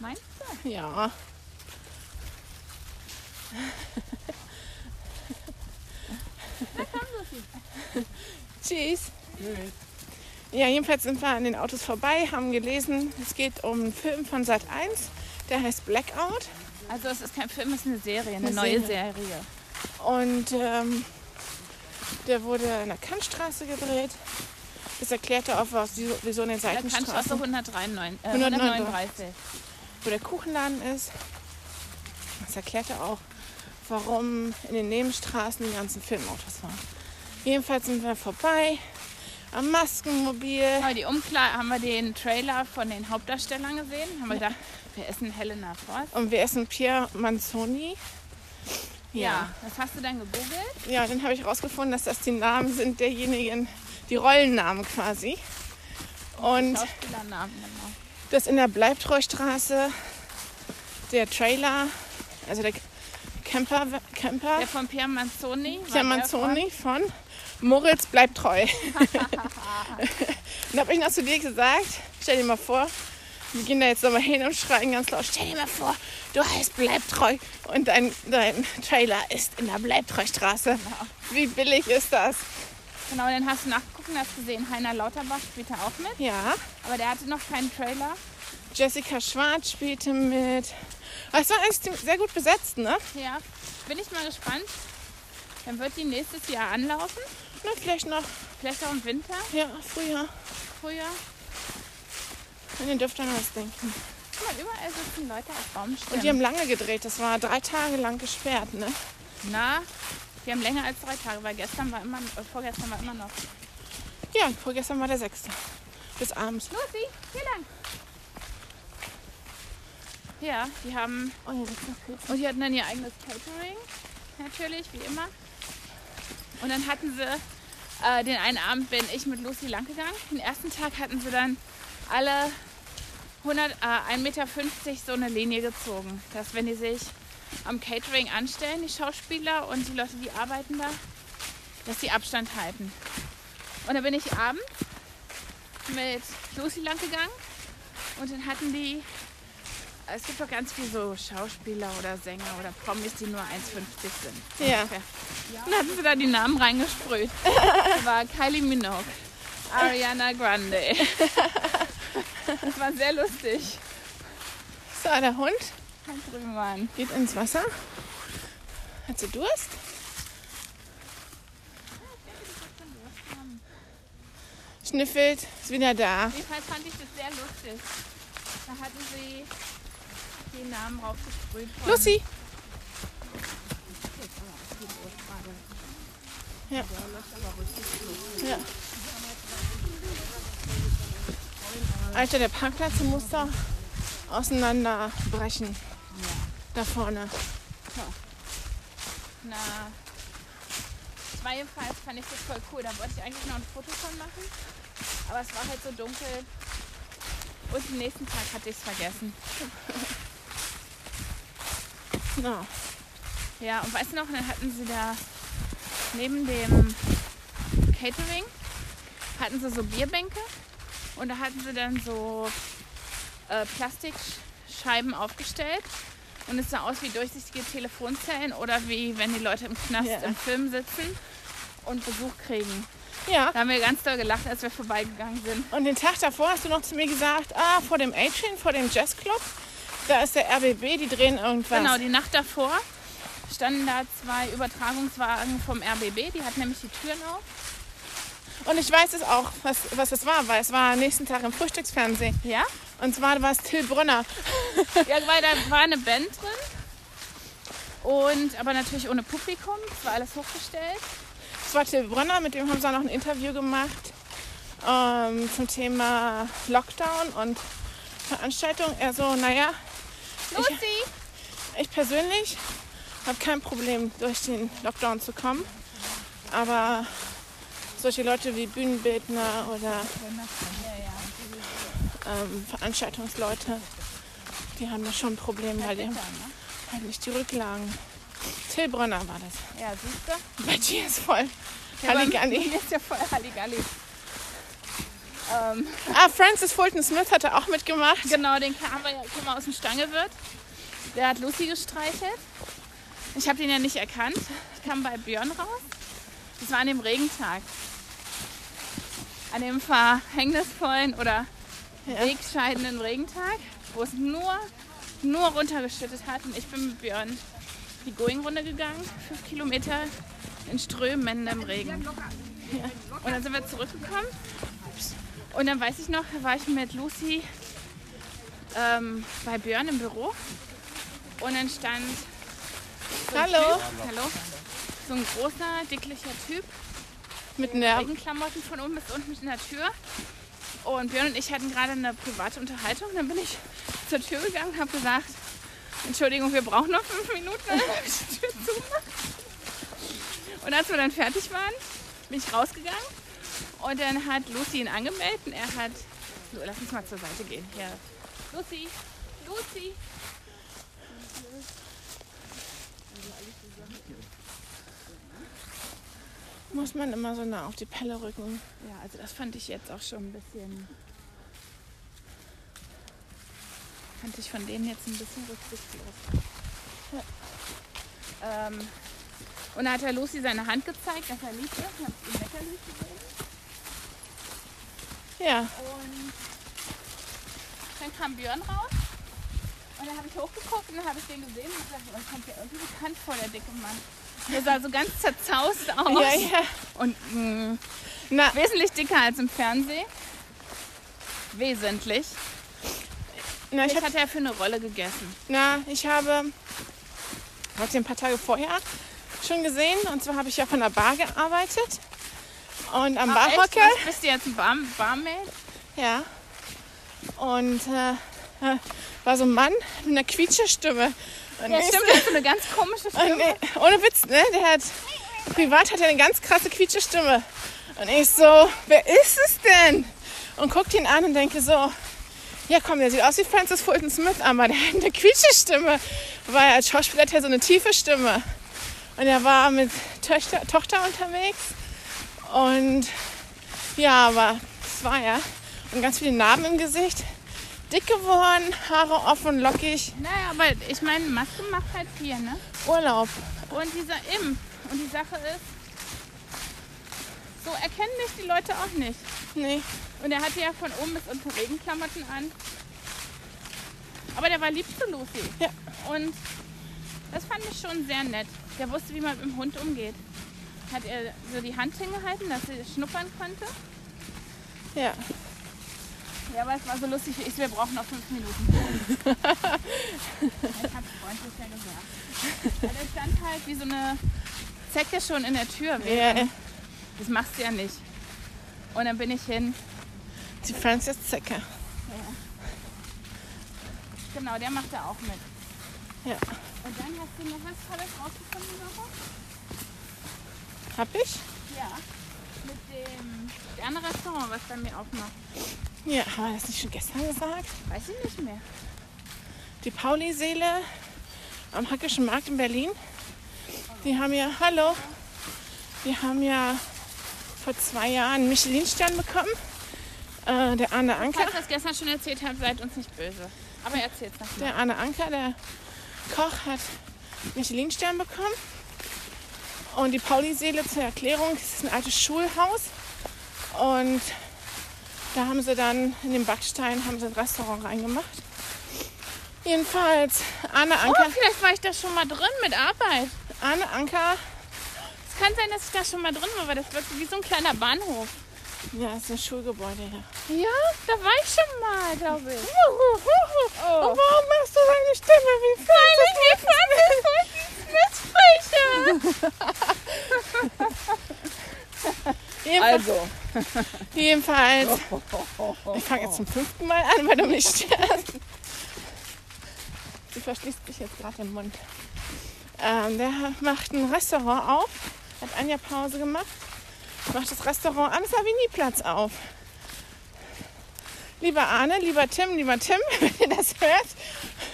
Meinst du? Ja. Tschüss. Ja, jedenfalls sind wir an den Autos vorbei, haben gelesen, es geht um einen Film von Sat 1, der heißt Blackout. Also es ist kein Film, es ist eine Serie, eine, Eine neue Serie. Und ähm, der wurde in der Kantstraße gedreht. Das erklärte auch, was- wieso in den Da kannst du auch so Seitenstraßen 139, äh, 139. 139. wo der Kuchenladen ist. Das erklärte auch, warum in den Nebenstraßen die ganzen Filmautos waren. Jedenfalls sind wir vorbei am Maskenmobil. Aber die Umkleide, haben wir den Trailer von den Hauptdarstellern gesehen? Haben wir gedacht, wir essen Helena Voss? Und wir essen Pier Manzoni. Was hast du dann gegoogelt? Ja, dann habe ich rausgefunden, dass das die Namen sind derjenigen, die Rollennamen quasi. Und Schauspielernamen, genau. dass in der Bleibtreustraße der Trailer, also der Camper, Camper Der von Pierre Manzoni. war Pierre der Manzoni von Moritz bleibt treu. und habe ich noch zu dir gesagt, stell dir mal vor, wir gehen da jetzt nochmal hin und schreien ganz laut, stell dir mal vor, du heißt bleib treu und dein, dein Trailer ist in der Bleibtreustraße. Genau. Wie billig ist das? von- Genau, dann hast du nachgeguckt und hast gesehen, Heiner Lauterbach spielte auch mit. Ja, Aber der hatte noch keinen Trailer. Jessica Schwarz spielte mit. Aber es war eigentlich ziemlich- sehr gut besetzt, ne? Ja, bin ich mal gespannt. Dann wird die nächstes Jahr anlaufen. Na, vielleicht noch, Vielleicht auch im Winter, ja, früher. Frühjahr. An den dürfte man was denken. Guck mal, überall sitzen Leute auf Und Baumstämmen. die haben lange gedreht, das war drei Tage lang gesperrt, ne? Na, wir haben länger als drei Tage, weil gestern war immer, äh, vorgestern war immer noch. Ja, vorgestern war der sechste. Bis abends. Lucy, hier lang. Ja, die haben. Oh, Und die hatten dann ihr eigenes Catering, natürlich, wie immer. Und dann hatten sie, äh, den einen Abend bin ich mit Lucy lang gegangen. Den ersten Tag hatten sie dann alle 100, äh, 1,50 Meter so eine Linie gezogen. Dass wenn die sich am Catering anstellen, die Schauspieler und die Leute, die arbeiten da, dass die Abstand halten. Und dann bin ich abends mit Lucy lang gegangen und dann hatten die, es gibt doch ganz viele so Schauspieler oder Sänger oder Promis, die nur 1,50 sind. Ja. Dann hatten sie da die Namen reingesprüht. Da war Kylie Minogue, Ariana Grande. Das war sehr lustig. So, der Hund Hans Rühmann. geht ins Wasser. Hat sie Durst? Schnüffelt, ist wieder da. Jedenfalls fand ich das sehr lustig. Da hatten sie die Namen raufgesprüht. von- Lucy! Ja. ja. Alter, der Parkplatz muss da auseinanderbrechen. Da vorne. Na, zweifalls fand ich das voll cool. Da wollte ich eigentlich noch ein Foto von machen. Aber es war halt so dunkel. Und am nächsten Tag hatte ich es vergessen. No. Ja, und weißt du noch, dann hatten sie da neben dem Catering hatten sie so Bierbänke und da hatten sie dann so äh, Plastikscheiben aufgestellt und es sah aus wie durchsichtige Telefonzellen oder wie wenn die Leute im Knast Ja. im Film sitzen und Besuch kriegen. Ja, Da haben wir ganz doll gelacht, als wir vorbeigegangen sind. und den Tag davor hast du noch zu mir gesagt, ah, vor dem Atrium, vor dem Jazzclub, da ist der RBB, die drehen irgendwas. Genau, die Nacht davor standen da zwei Übertragungswagen vom RBB, die hatten nämlich die Türen auf. Und ich weiß es auch, was, was es war, weil es war am nächsten Tag im Frühstücksfernsehen. Ja? Und zwar war es Till Brunner. Ja, weil da war eine Band drin. Und aber natürlich ohne Publikum, es war alles hochgestellt. Es war Till Brunner, mit dem haben sie auch noch ein Interview gemacht ähm, zum Thema Lockdown und Veranstaltung. Er so, naja, Lucy! ich persönlich habe kein Problem, durch den Lockdown zu kommen. Aber solche Leute wie Bühnenbildner oder ähm, Veranstaltungsleute, die haben da schon ein Problem, weil die haben ne? halt nicht die Rücklagen. Till Brunner war das. Ja, siehst du? Bei dir ist voll. Ja, aber Halligalli. mir ist ja voll Halligalli. Ähm, Ah, Francis Fulton Smith hatte auch mitgemacht. genau, den haben wir ja guck mal, aus dem Stangewirt. Der hat Lucy gestreichelt. Ich habe den ja nicht erkannt. Ich kam bei Björn raus. Das war an dem Regentag. An dem verhängnisvollen oder wegscheidenden Regentag, wo es nur, nur runtergeschüttet hat. Und ich bin mit Björn die Going-Runde gegangen, fünf Kilometer in Strömen im Regen. Und dann sind wir zurückgekommen. Und dann weiß ich noch, da war ich mit Lucy ähm, bei Björn im Büro. Und dann stand so ein Hallo. Typ, hallo, so ein großer, dicklicher Typ mit einer Regenklamotten von oben bis unten in der Tür. Und Björn und ich hatten gerade eine private Unterhaltung. Dann bin ich zur Tür gegangen und habe gesagt, Entschuldigung, wir brauchen noch fünf Minuten. Dann hab ich die Tür zugemacht. Und als wir dann fertig waren, bin ich rausgegangen. Und dann hat Lucy ihn angemeldet. Und er hat... So, lass uns mal zur Seite gehen. Hier. Lucy, Lucy. muss man immer so nah auf die Pelle rücken. Ja, also das fand ich jetzt auch schon ein bisschen. Fand ich von denen jetzt ein bisschen rücksichtslos. Ähm, und da hat er Lucy seine Hand gezeigt, dass er lieb ist. Dann hab's ihm leckerlich gegeben. Ja, Und dann kam Björn raus. Und dann habe ich hochgeguckt und dann habe ich den gesehen und gesagt, man kommt ja irgendwie bekannt vor, der dicke Mann. Der sah so ganz zerzaust aus. ja, ja. Und mh, Na, Wesentlich dicker als im Fernsehen. Wesentlich. na, ich Ich hab, hat er für eine Rolle gegessen. na, ich habe hat ein paar Tage vorher schon gesehen. Und zwar habe ich ja von der Bar gearbeitet. Und am Ach, Ah, echt? Barhocker. Was, Bist du jetzt ein Bar Barmaid? Ja. Und äh, äh, war so ein Mann mit einer Quietschestimme. Und Ja, ich- stimmt, das ist eine ganz komische Stimme. Und, äh, ohne Witz, ne? Der hat privat hat er eine ganz krasse quietsche Stimme. Und ich so, wer ist es denn? Und guckt ihn an und denke so, ja komm, der sieht aus wie Francis Fulton Smith, aber der hat eine quietsche Stimme. Weil als Schauspieler hat er so eine tiefe Stimme. Und er war mit Töchter, Tochter unterwegs. Und ja, aber das war er. Und ganz viele Narben im Gesicht. Dick geworden, Haare offen, lockig, Naja, aber ich meine, Maske macht halt viel, ne? Urlaub. Und dieser Impf. Und die Sache ist, so erkennen dich die Leute auch nicht. Nee. Und er hatte ja von oben bis unten Regenklamotten an. Aber der war lieb zu Lucy. Ja. Und das fand ich schon sehr nett. Der wusste, wie man mit dem Hund umgeht. Hat er so die Hand hingehalten, dass sie schnuppern konnte. Ja. Ja, aber es war so lustig wie ich. so, Wir brauchen noch fünf Minuten. ich hab's freundlich ja gesagt. Aber er stand halt wie so eine Zecke schon in der Tür. Ja, ja. Das machst du ja nicht. Und dann bin ich hin. Die Frances Zecke. Genau, der macht da auch mit. Ja. Und dann hast du noch was Tolles rausgefunden, Laura? Hab ich? Ja. Mit dem Sterne-Restaurant, was bei mir aufmacht. Ja, haben wir das nicht schon gestern gesagt? Weiß ich nicht mehr. Die Pauli-Seele am Hackischen Markt in Berlin. Die haben ja, hallo, die haben ja vor zwei Jahren einen Michelin-Stern bekommen. Äh, der Arne Anker, Falls ich das gestern schon erzählt habe, seid uns nicht böse. Aber erzähl's nochmal. der Arne Anker, der Koch, hat einen Michelin-Stern bekommen. Und die Pauli-Seele zur Erklärung, das ist ein altes Schulhaus. Und da haben sie dann in den Backstein haben sie ein Restaurant reingemacht. Jedenfalls, Arne Anker, Oh, vielleicht war ich da schon mal drin mit Arbeit. Arne Anker, Es kann sein, dass ich da schon mal drin war, weil das wirkt wie so ein kleiner Bahnhof. ja, ist ein Schulgebäude hier. Ja, da war ich schon mal, glaube ich. Und Oh, warum machst du deine Stimme wie Franz? Mitsprecher! Jedenfalls, Also, jedenfalls. ich fange jetzt zum fünften Mal an, weil du mich störst. Du verschließt dich jetzt gerade den Mund. Ähm, der macht ein Restaurant auf, hat Anja Pause gemacht, macht das Restaurant am Savignyplatz auf. Lieber Arne, lieber Tim, lieber Tim, wenn ihr das hört,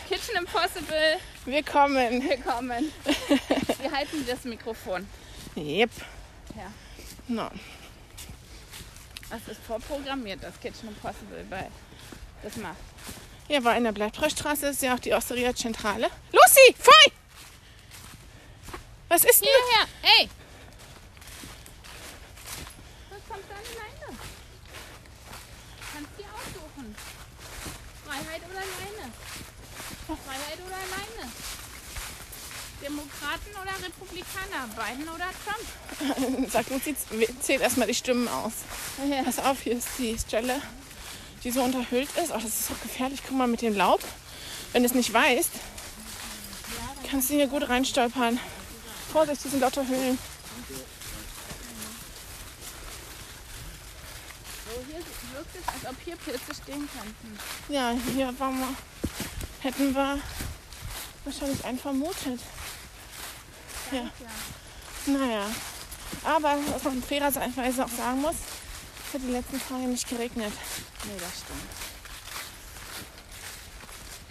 Kitchen Impossible, wir kommen. willkommen. Wir halten das Mikrofon. Yep. Ja. No. Das ist vorprogrammiert, das Kitchen Impossible, weil das macht. Ja, aber in der Bleibtreustraße ist ja auch die Osteria Centrale. Lucy, fei! Was ist denn? Hierher, ey! Das kommt dann alleine. Kannst dir aussuchen. Freiheit oder alleine. Freiheit oder alleine. Demokraten oder Republikaner, Biden oder Trump. Sag Lucy, zählt erstmal die Stimmen aus. Ja. Pass auf, hier ist die Stelle, die so unterhüllt ist. Oh, das ist doch gefährlich. Guck mal mit dem Laub. Wenn du es nicht weißt, kannst du hier gut reinstolpern. Vorsicht, hier sind lauter Höhlen. hier wirkt es, als ob hier Pilze stehen könnten. Ja, hier waren wir, hätten wir wahrscheinlich einen vermutet. Ja. Ganz klar. Naja, aber was man fairerweise auch sagen muss, es hat die letzten Tage nicht geregnet. Nee, das stimmt.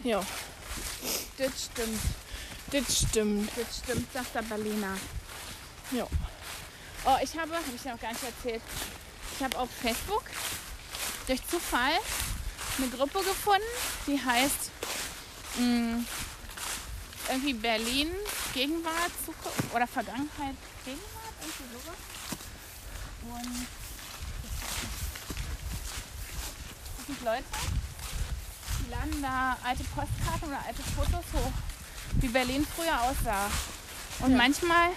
Jo, Das stimmt. das stimmt. Das stimmt, sagt der Berliner. Jo. Oh, ich habe, habe ich dir noch gar nicht erzählt, ich habe auf Facebook durch Zufall eine Gruppe gefunden, die heißt mh, irgendwie Berlin, Gegenwart, Zukunft oder Vergangenheit, Gegenwart, irgendwie sowas. Und das sind Leute, die laden da alte Postkarten oder alte Fotos hoch, wie Berlin früher aussah. Und Ja. manchmal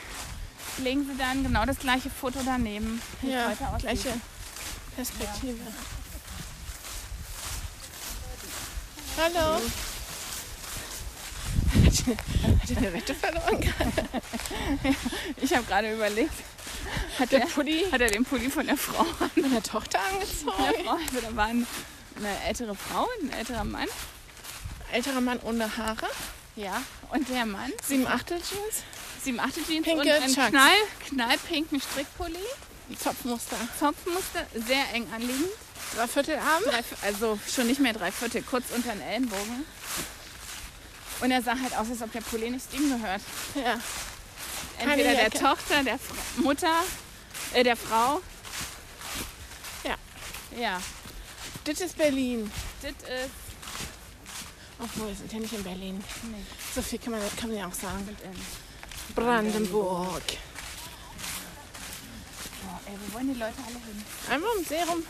legen sie dann genau das gleiche Foto daneben, wie Ja, es heute aussieht. gleiche Perspektive. Hallo. Hat er eine Wette verloren? Ich habe gerade überlegt, hat der, Pulli hat er den Pulli von der Frau meiner Tochter angezogen? Eine Frau, also da war ein- eine ältere Frau, ein älterer Mann. Älterer Mann ohne Haare, Ja. Und der Mann, 7 Achtel Jeans, 7,8 Jeans Pinke und einen Chucks. knall, knallpinken Strickpulli. Zopfmuster, Zopfmuster, sehr eng anliegend. Dreiviertelarm. Drei, also schon nicht mehr drei Viertel, kurz unter den Ellenbogen. Und er sah halt aus, als ob der Pulli nicht ihm gehört. Ja. Keine Entweder der Jacke. Tochter, der Fra Mutter, äh, der Frau. Ja. Ja. Das ist Berlin. Das ist. Obwohl, wir sind ja nicht in Berlin. Nee, So viel kann man, kann man ja auch sagen. mit in. Brandenburg. Boah, ey, wo wollen die Leute alle hin? Einmal um See rum.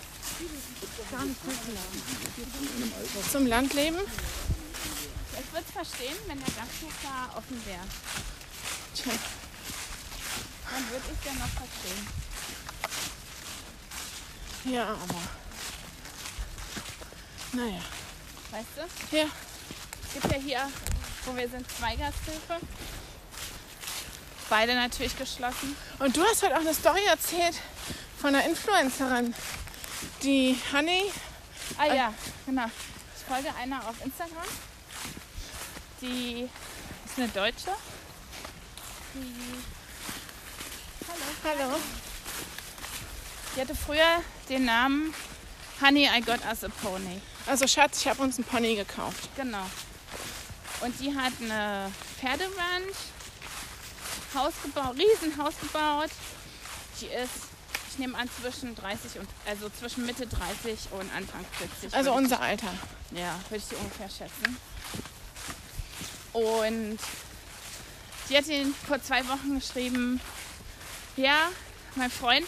Zum Landleben. Ich würde es verstehen, wenn der Gasthof da offen wäre. Tja, Dann würde ich es ja noch verstehen. ja, aber. Naja. Weißt du? Ja. Es gibt ja hier, wo wir sind, zwei Gasthöfe. Beide natürlich geschlossen. Und du hast heute auch eine Story erzählt von einer Influencerin, die Honey. Ah ja, genau. Ich folge einer auf Instagram. Die ist eine Deutsche. Die, Hallo. die hatte früher den Namen Honey, I got us a pony. Also Schatz, ich habe uns einen Pony gekauft. Genau. Und die hat eine Pferderanch, Haus gebaut, Riesenhaus gebaut. Die ist, ich nehme an, zwischen 30 und, also zwischen Mitte 30 und Anfang 40. Also würde unser Alter. ich, Ja, würde ich die ungefähr schätzen. Und die hat ihn vor zwei Wochen geschrieben, ja, mein Freund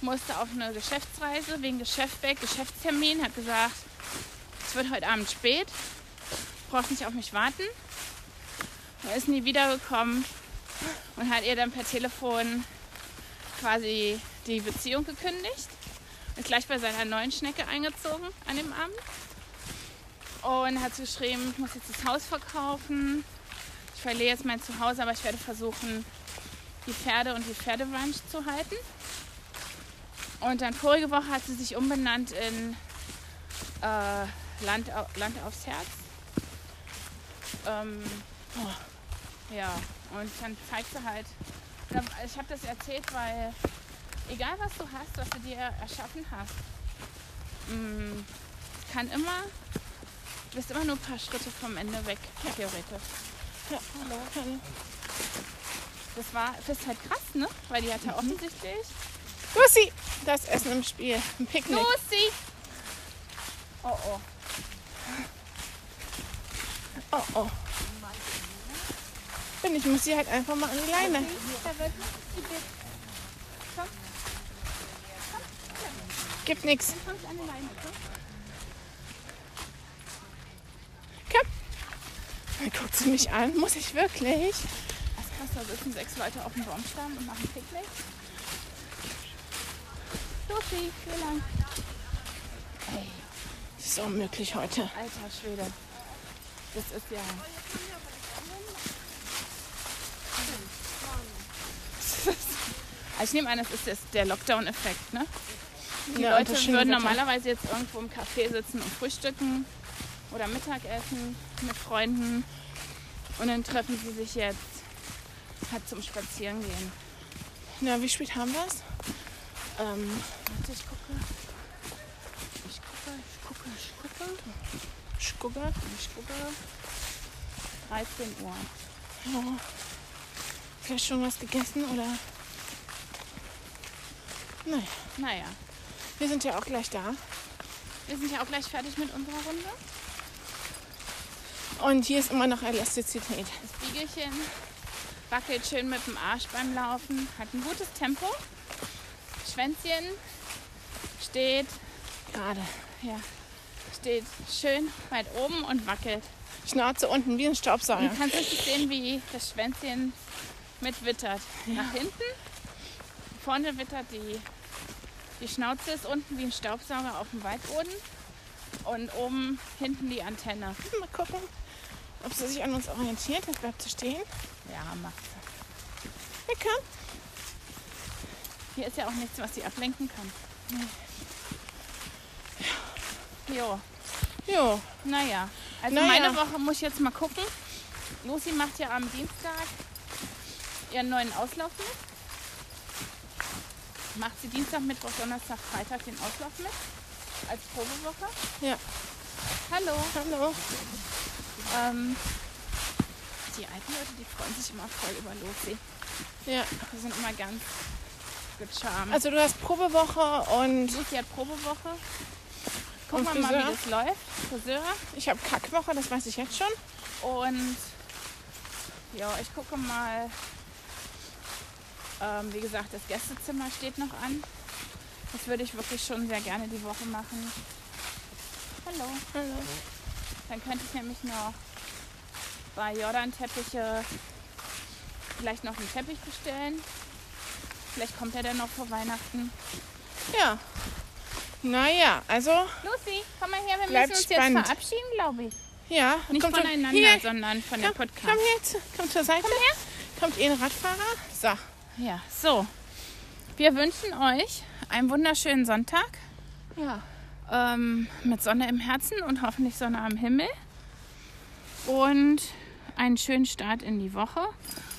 musste auf eine Geschäftsreise wegen Geschäft weg, Geschäftstermin, hat gesagt, es wird heute Abend spät, braucht nicht auf mich warten. Er ist nie wiedergekommen und hat ihr dann per Telefon quasi die Beziehung gekündigt. Ist gleich bei seiner neuen Schnecke eingezogen an dem Abend. Und hat geschrieben, ich muss jetzt das Haus verkaufen. Ich verliere jetzt mein Zuhause, aber ich werde versuchen, die Pferde und die Pferderanch zu halten. Und dann vorige Woche hat sie sich umbenannt in äh, Land, au- Land aufs Herz. Ähm, oh, ja, und dann zeigt sie halt, ich habe das erzählt, weil egal was du hast, was du dir erschaffen hast, mm, kann immer, du bist immer nur ein paar Schritte vom Ende weg, theoretisch. Ja, hallo. Honey. Das war, das ist halt krass, ne? Weil die hat ja offensichtlich. Lucy, das Essen im Spiel. Ein Picknick. Lucy! Oh oh. Oh, oh. Und ich muss sie halt einfach mal an die Leine. Gibt nix. Kommst an die Leine, ne? komm. Dann guckt sie mich an. Muss ich wirklich? Das ist krass, da sitzen sechs Leute auf dem Baumstamm und machen Picknick. Lucy, wie lang? Ey, Das ist unmöglich heute. alter Schwede. Das ist ja. Also ich nehme an, das ist das, der Lockdown-Effekt, ne? Die Ja, und Leute das schöne würden Wetter. normalerweise jetzt irgendwo im Café sitzen und frühstücken oder Mittagessen mit Freunden. Und dann treffen sie sich jetzt halt zum Spazierengehen. Na, wie spät haben wir es? Ähm, Warte, ich gucke. Ich gucke, ich gucke, ich gucke. Schugger. Ich gucke. 13 Uhr. Ja. Oh. Vielleicht schon was gegessen oder. Naja, Naja, wir sind ja auch gleich da. wir sind ja auch gleich fertig mit unserer Runde. Und hier ist immer noch Elastizität. Das Biegelchen wackelt schön mit dem Arsch beim Laufen, hat ein gutes Tempo. Schwänzchen steht, Gerade. ja, steht schön weit oben und wackelt. Schnauze unten wie ein Man Staubsauger. kann richtig sehen, wie das Schwänzchen mitwittert. Nach hinten, vorne wittert die, die Schnauze, ist unten wie ein Staubsauger auf dem Waldboden und oben hinten die Antenne. Mal gucken, ob sie sich an uns orientiert. Jetzt bleibt sie stehen. Ja, macht sie. Ja, komm. Hier ist ja auch nichts, was sie ablenken kann. Jo, Jo. naja. Also Naja. meine Woche muss ich jetzt mal gucken. Lucy macht ja am Dienstag ihren neuen Auslauf mit. Macht sie Dienstag, Mittwoch, Donnerstag, Freitag den Auslauf mit. Als Probewoche. Ja. Hallo. Hallo. Ähm, die alten Leute, die freuen sich immer voll über Lucy. Ja. Die sind immer ganz gecharmt. Also du hast Probewoche und Lucy hat Probewoche. Gucken Und wir mal, Friseur? wie das läuft. Friseur. ich habe Kackwoche, das weiß ich jetzt schon. Und ja, ich gucke mal. Ähm, wie gesagt, das Gästezimmer steht noch an. Das würde ich wirklich schon sehr gerne die Woche machen. Hallo. Hallo. Dann könnte ich nämlich noch bei Jordan Teppiche vielleicht noch einen Teppich bestellen. Vielleicht kommt er dann noch vor Weihnachten. Ja. Naja, also Lucy, komm mal her, wir Bleibt müssen uns spannend. jetzt verabschieden, glaube ich. ja. Nicht kommt voneinander, hier, sondern von dem komm, Podcast. komm jetzt, komm zur Seite. Komm her. Kommt eh ein Radfahrer. So. Ja, so. Wir wünschen euch einen wunderschönen Sonntag Ja. ähm, mit Sonne im Herzen und hoffentlich Sonne am Himmel. Und einen schönen Start in die Woche.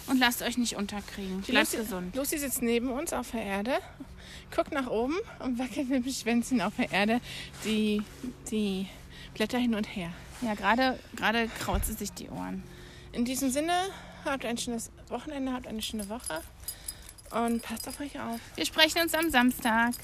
Und lasst euch nicht unterkriegen. Bleibt Lucy- gesund. Lucy sitzt neben uns auf der Erde, guckt nach oben und wackelt mit dem Schwänzchen auf der Erde die, die Blätter hin und her. Ja, gerade gerade kraut sie sich die Ohren. In diesem Sinne, habt ein schönes Wochenende, habt eine schöne Woche und passt auf euch auf. Wir sprechen uns am Samstag.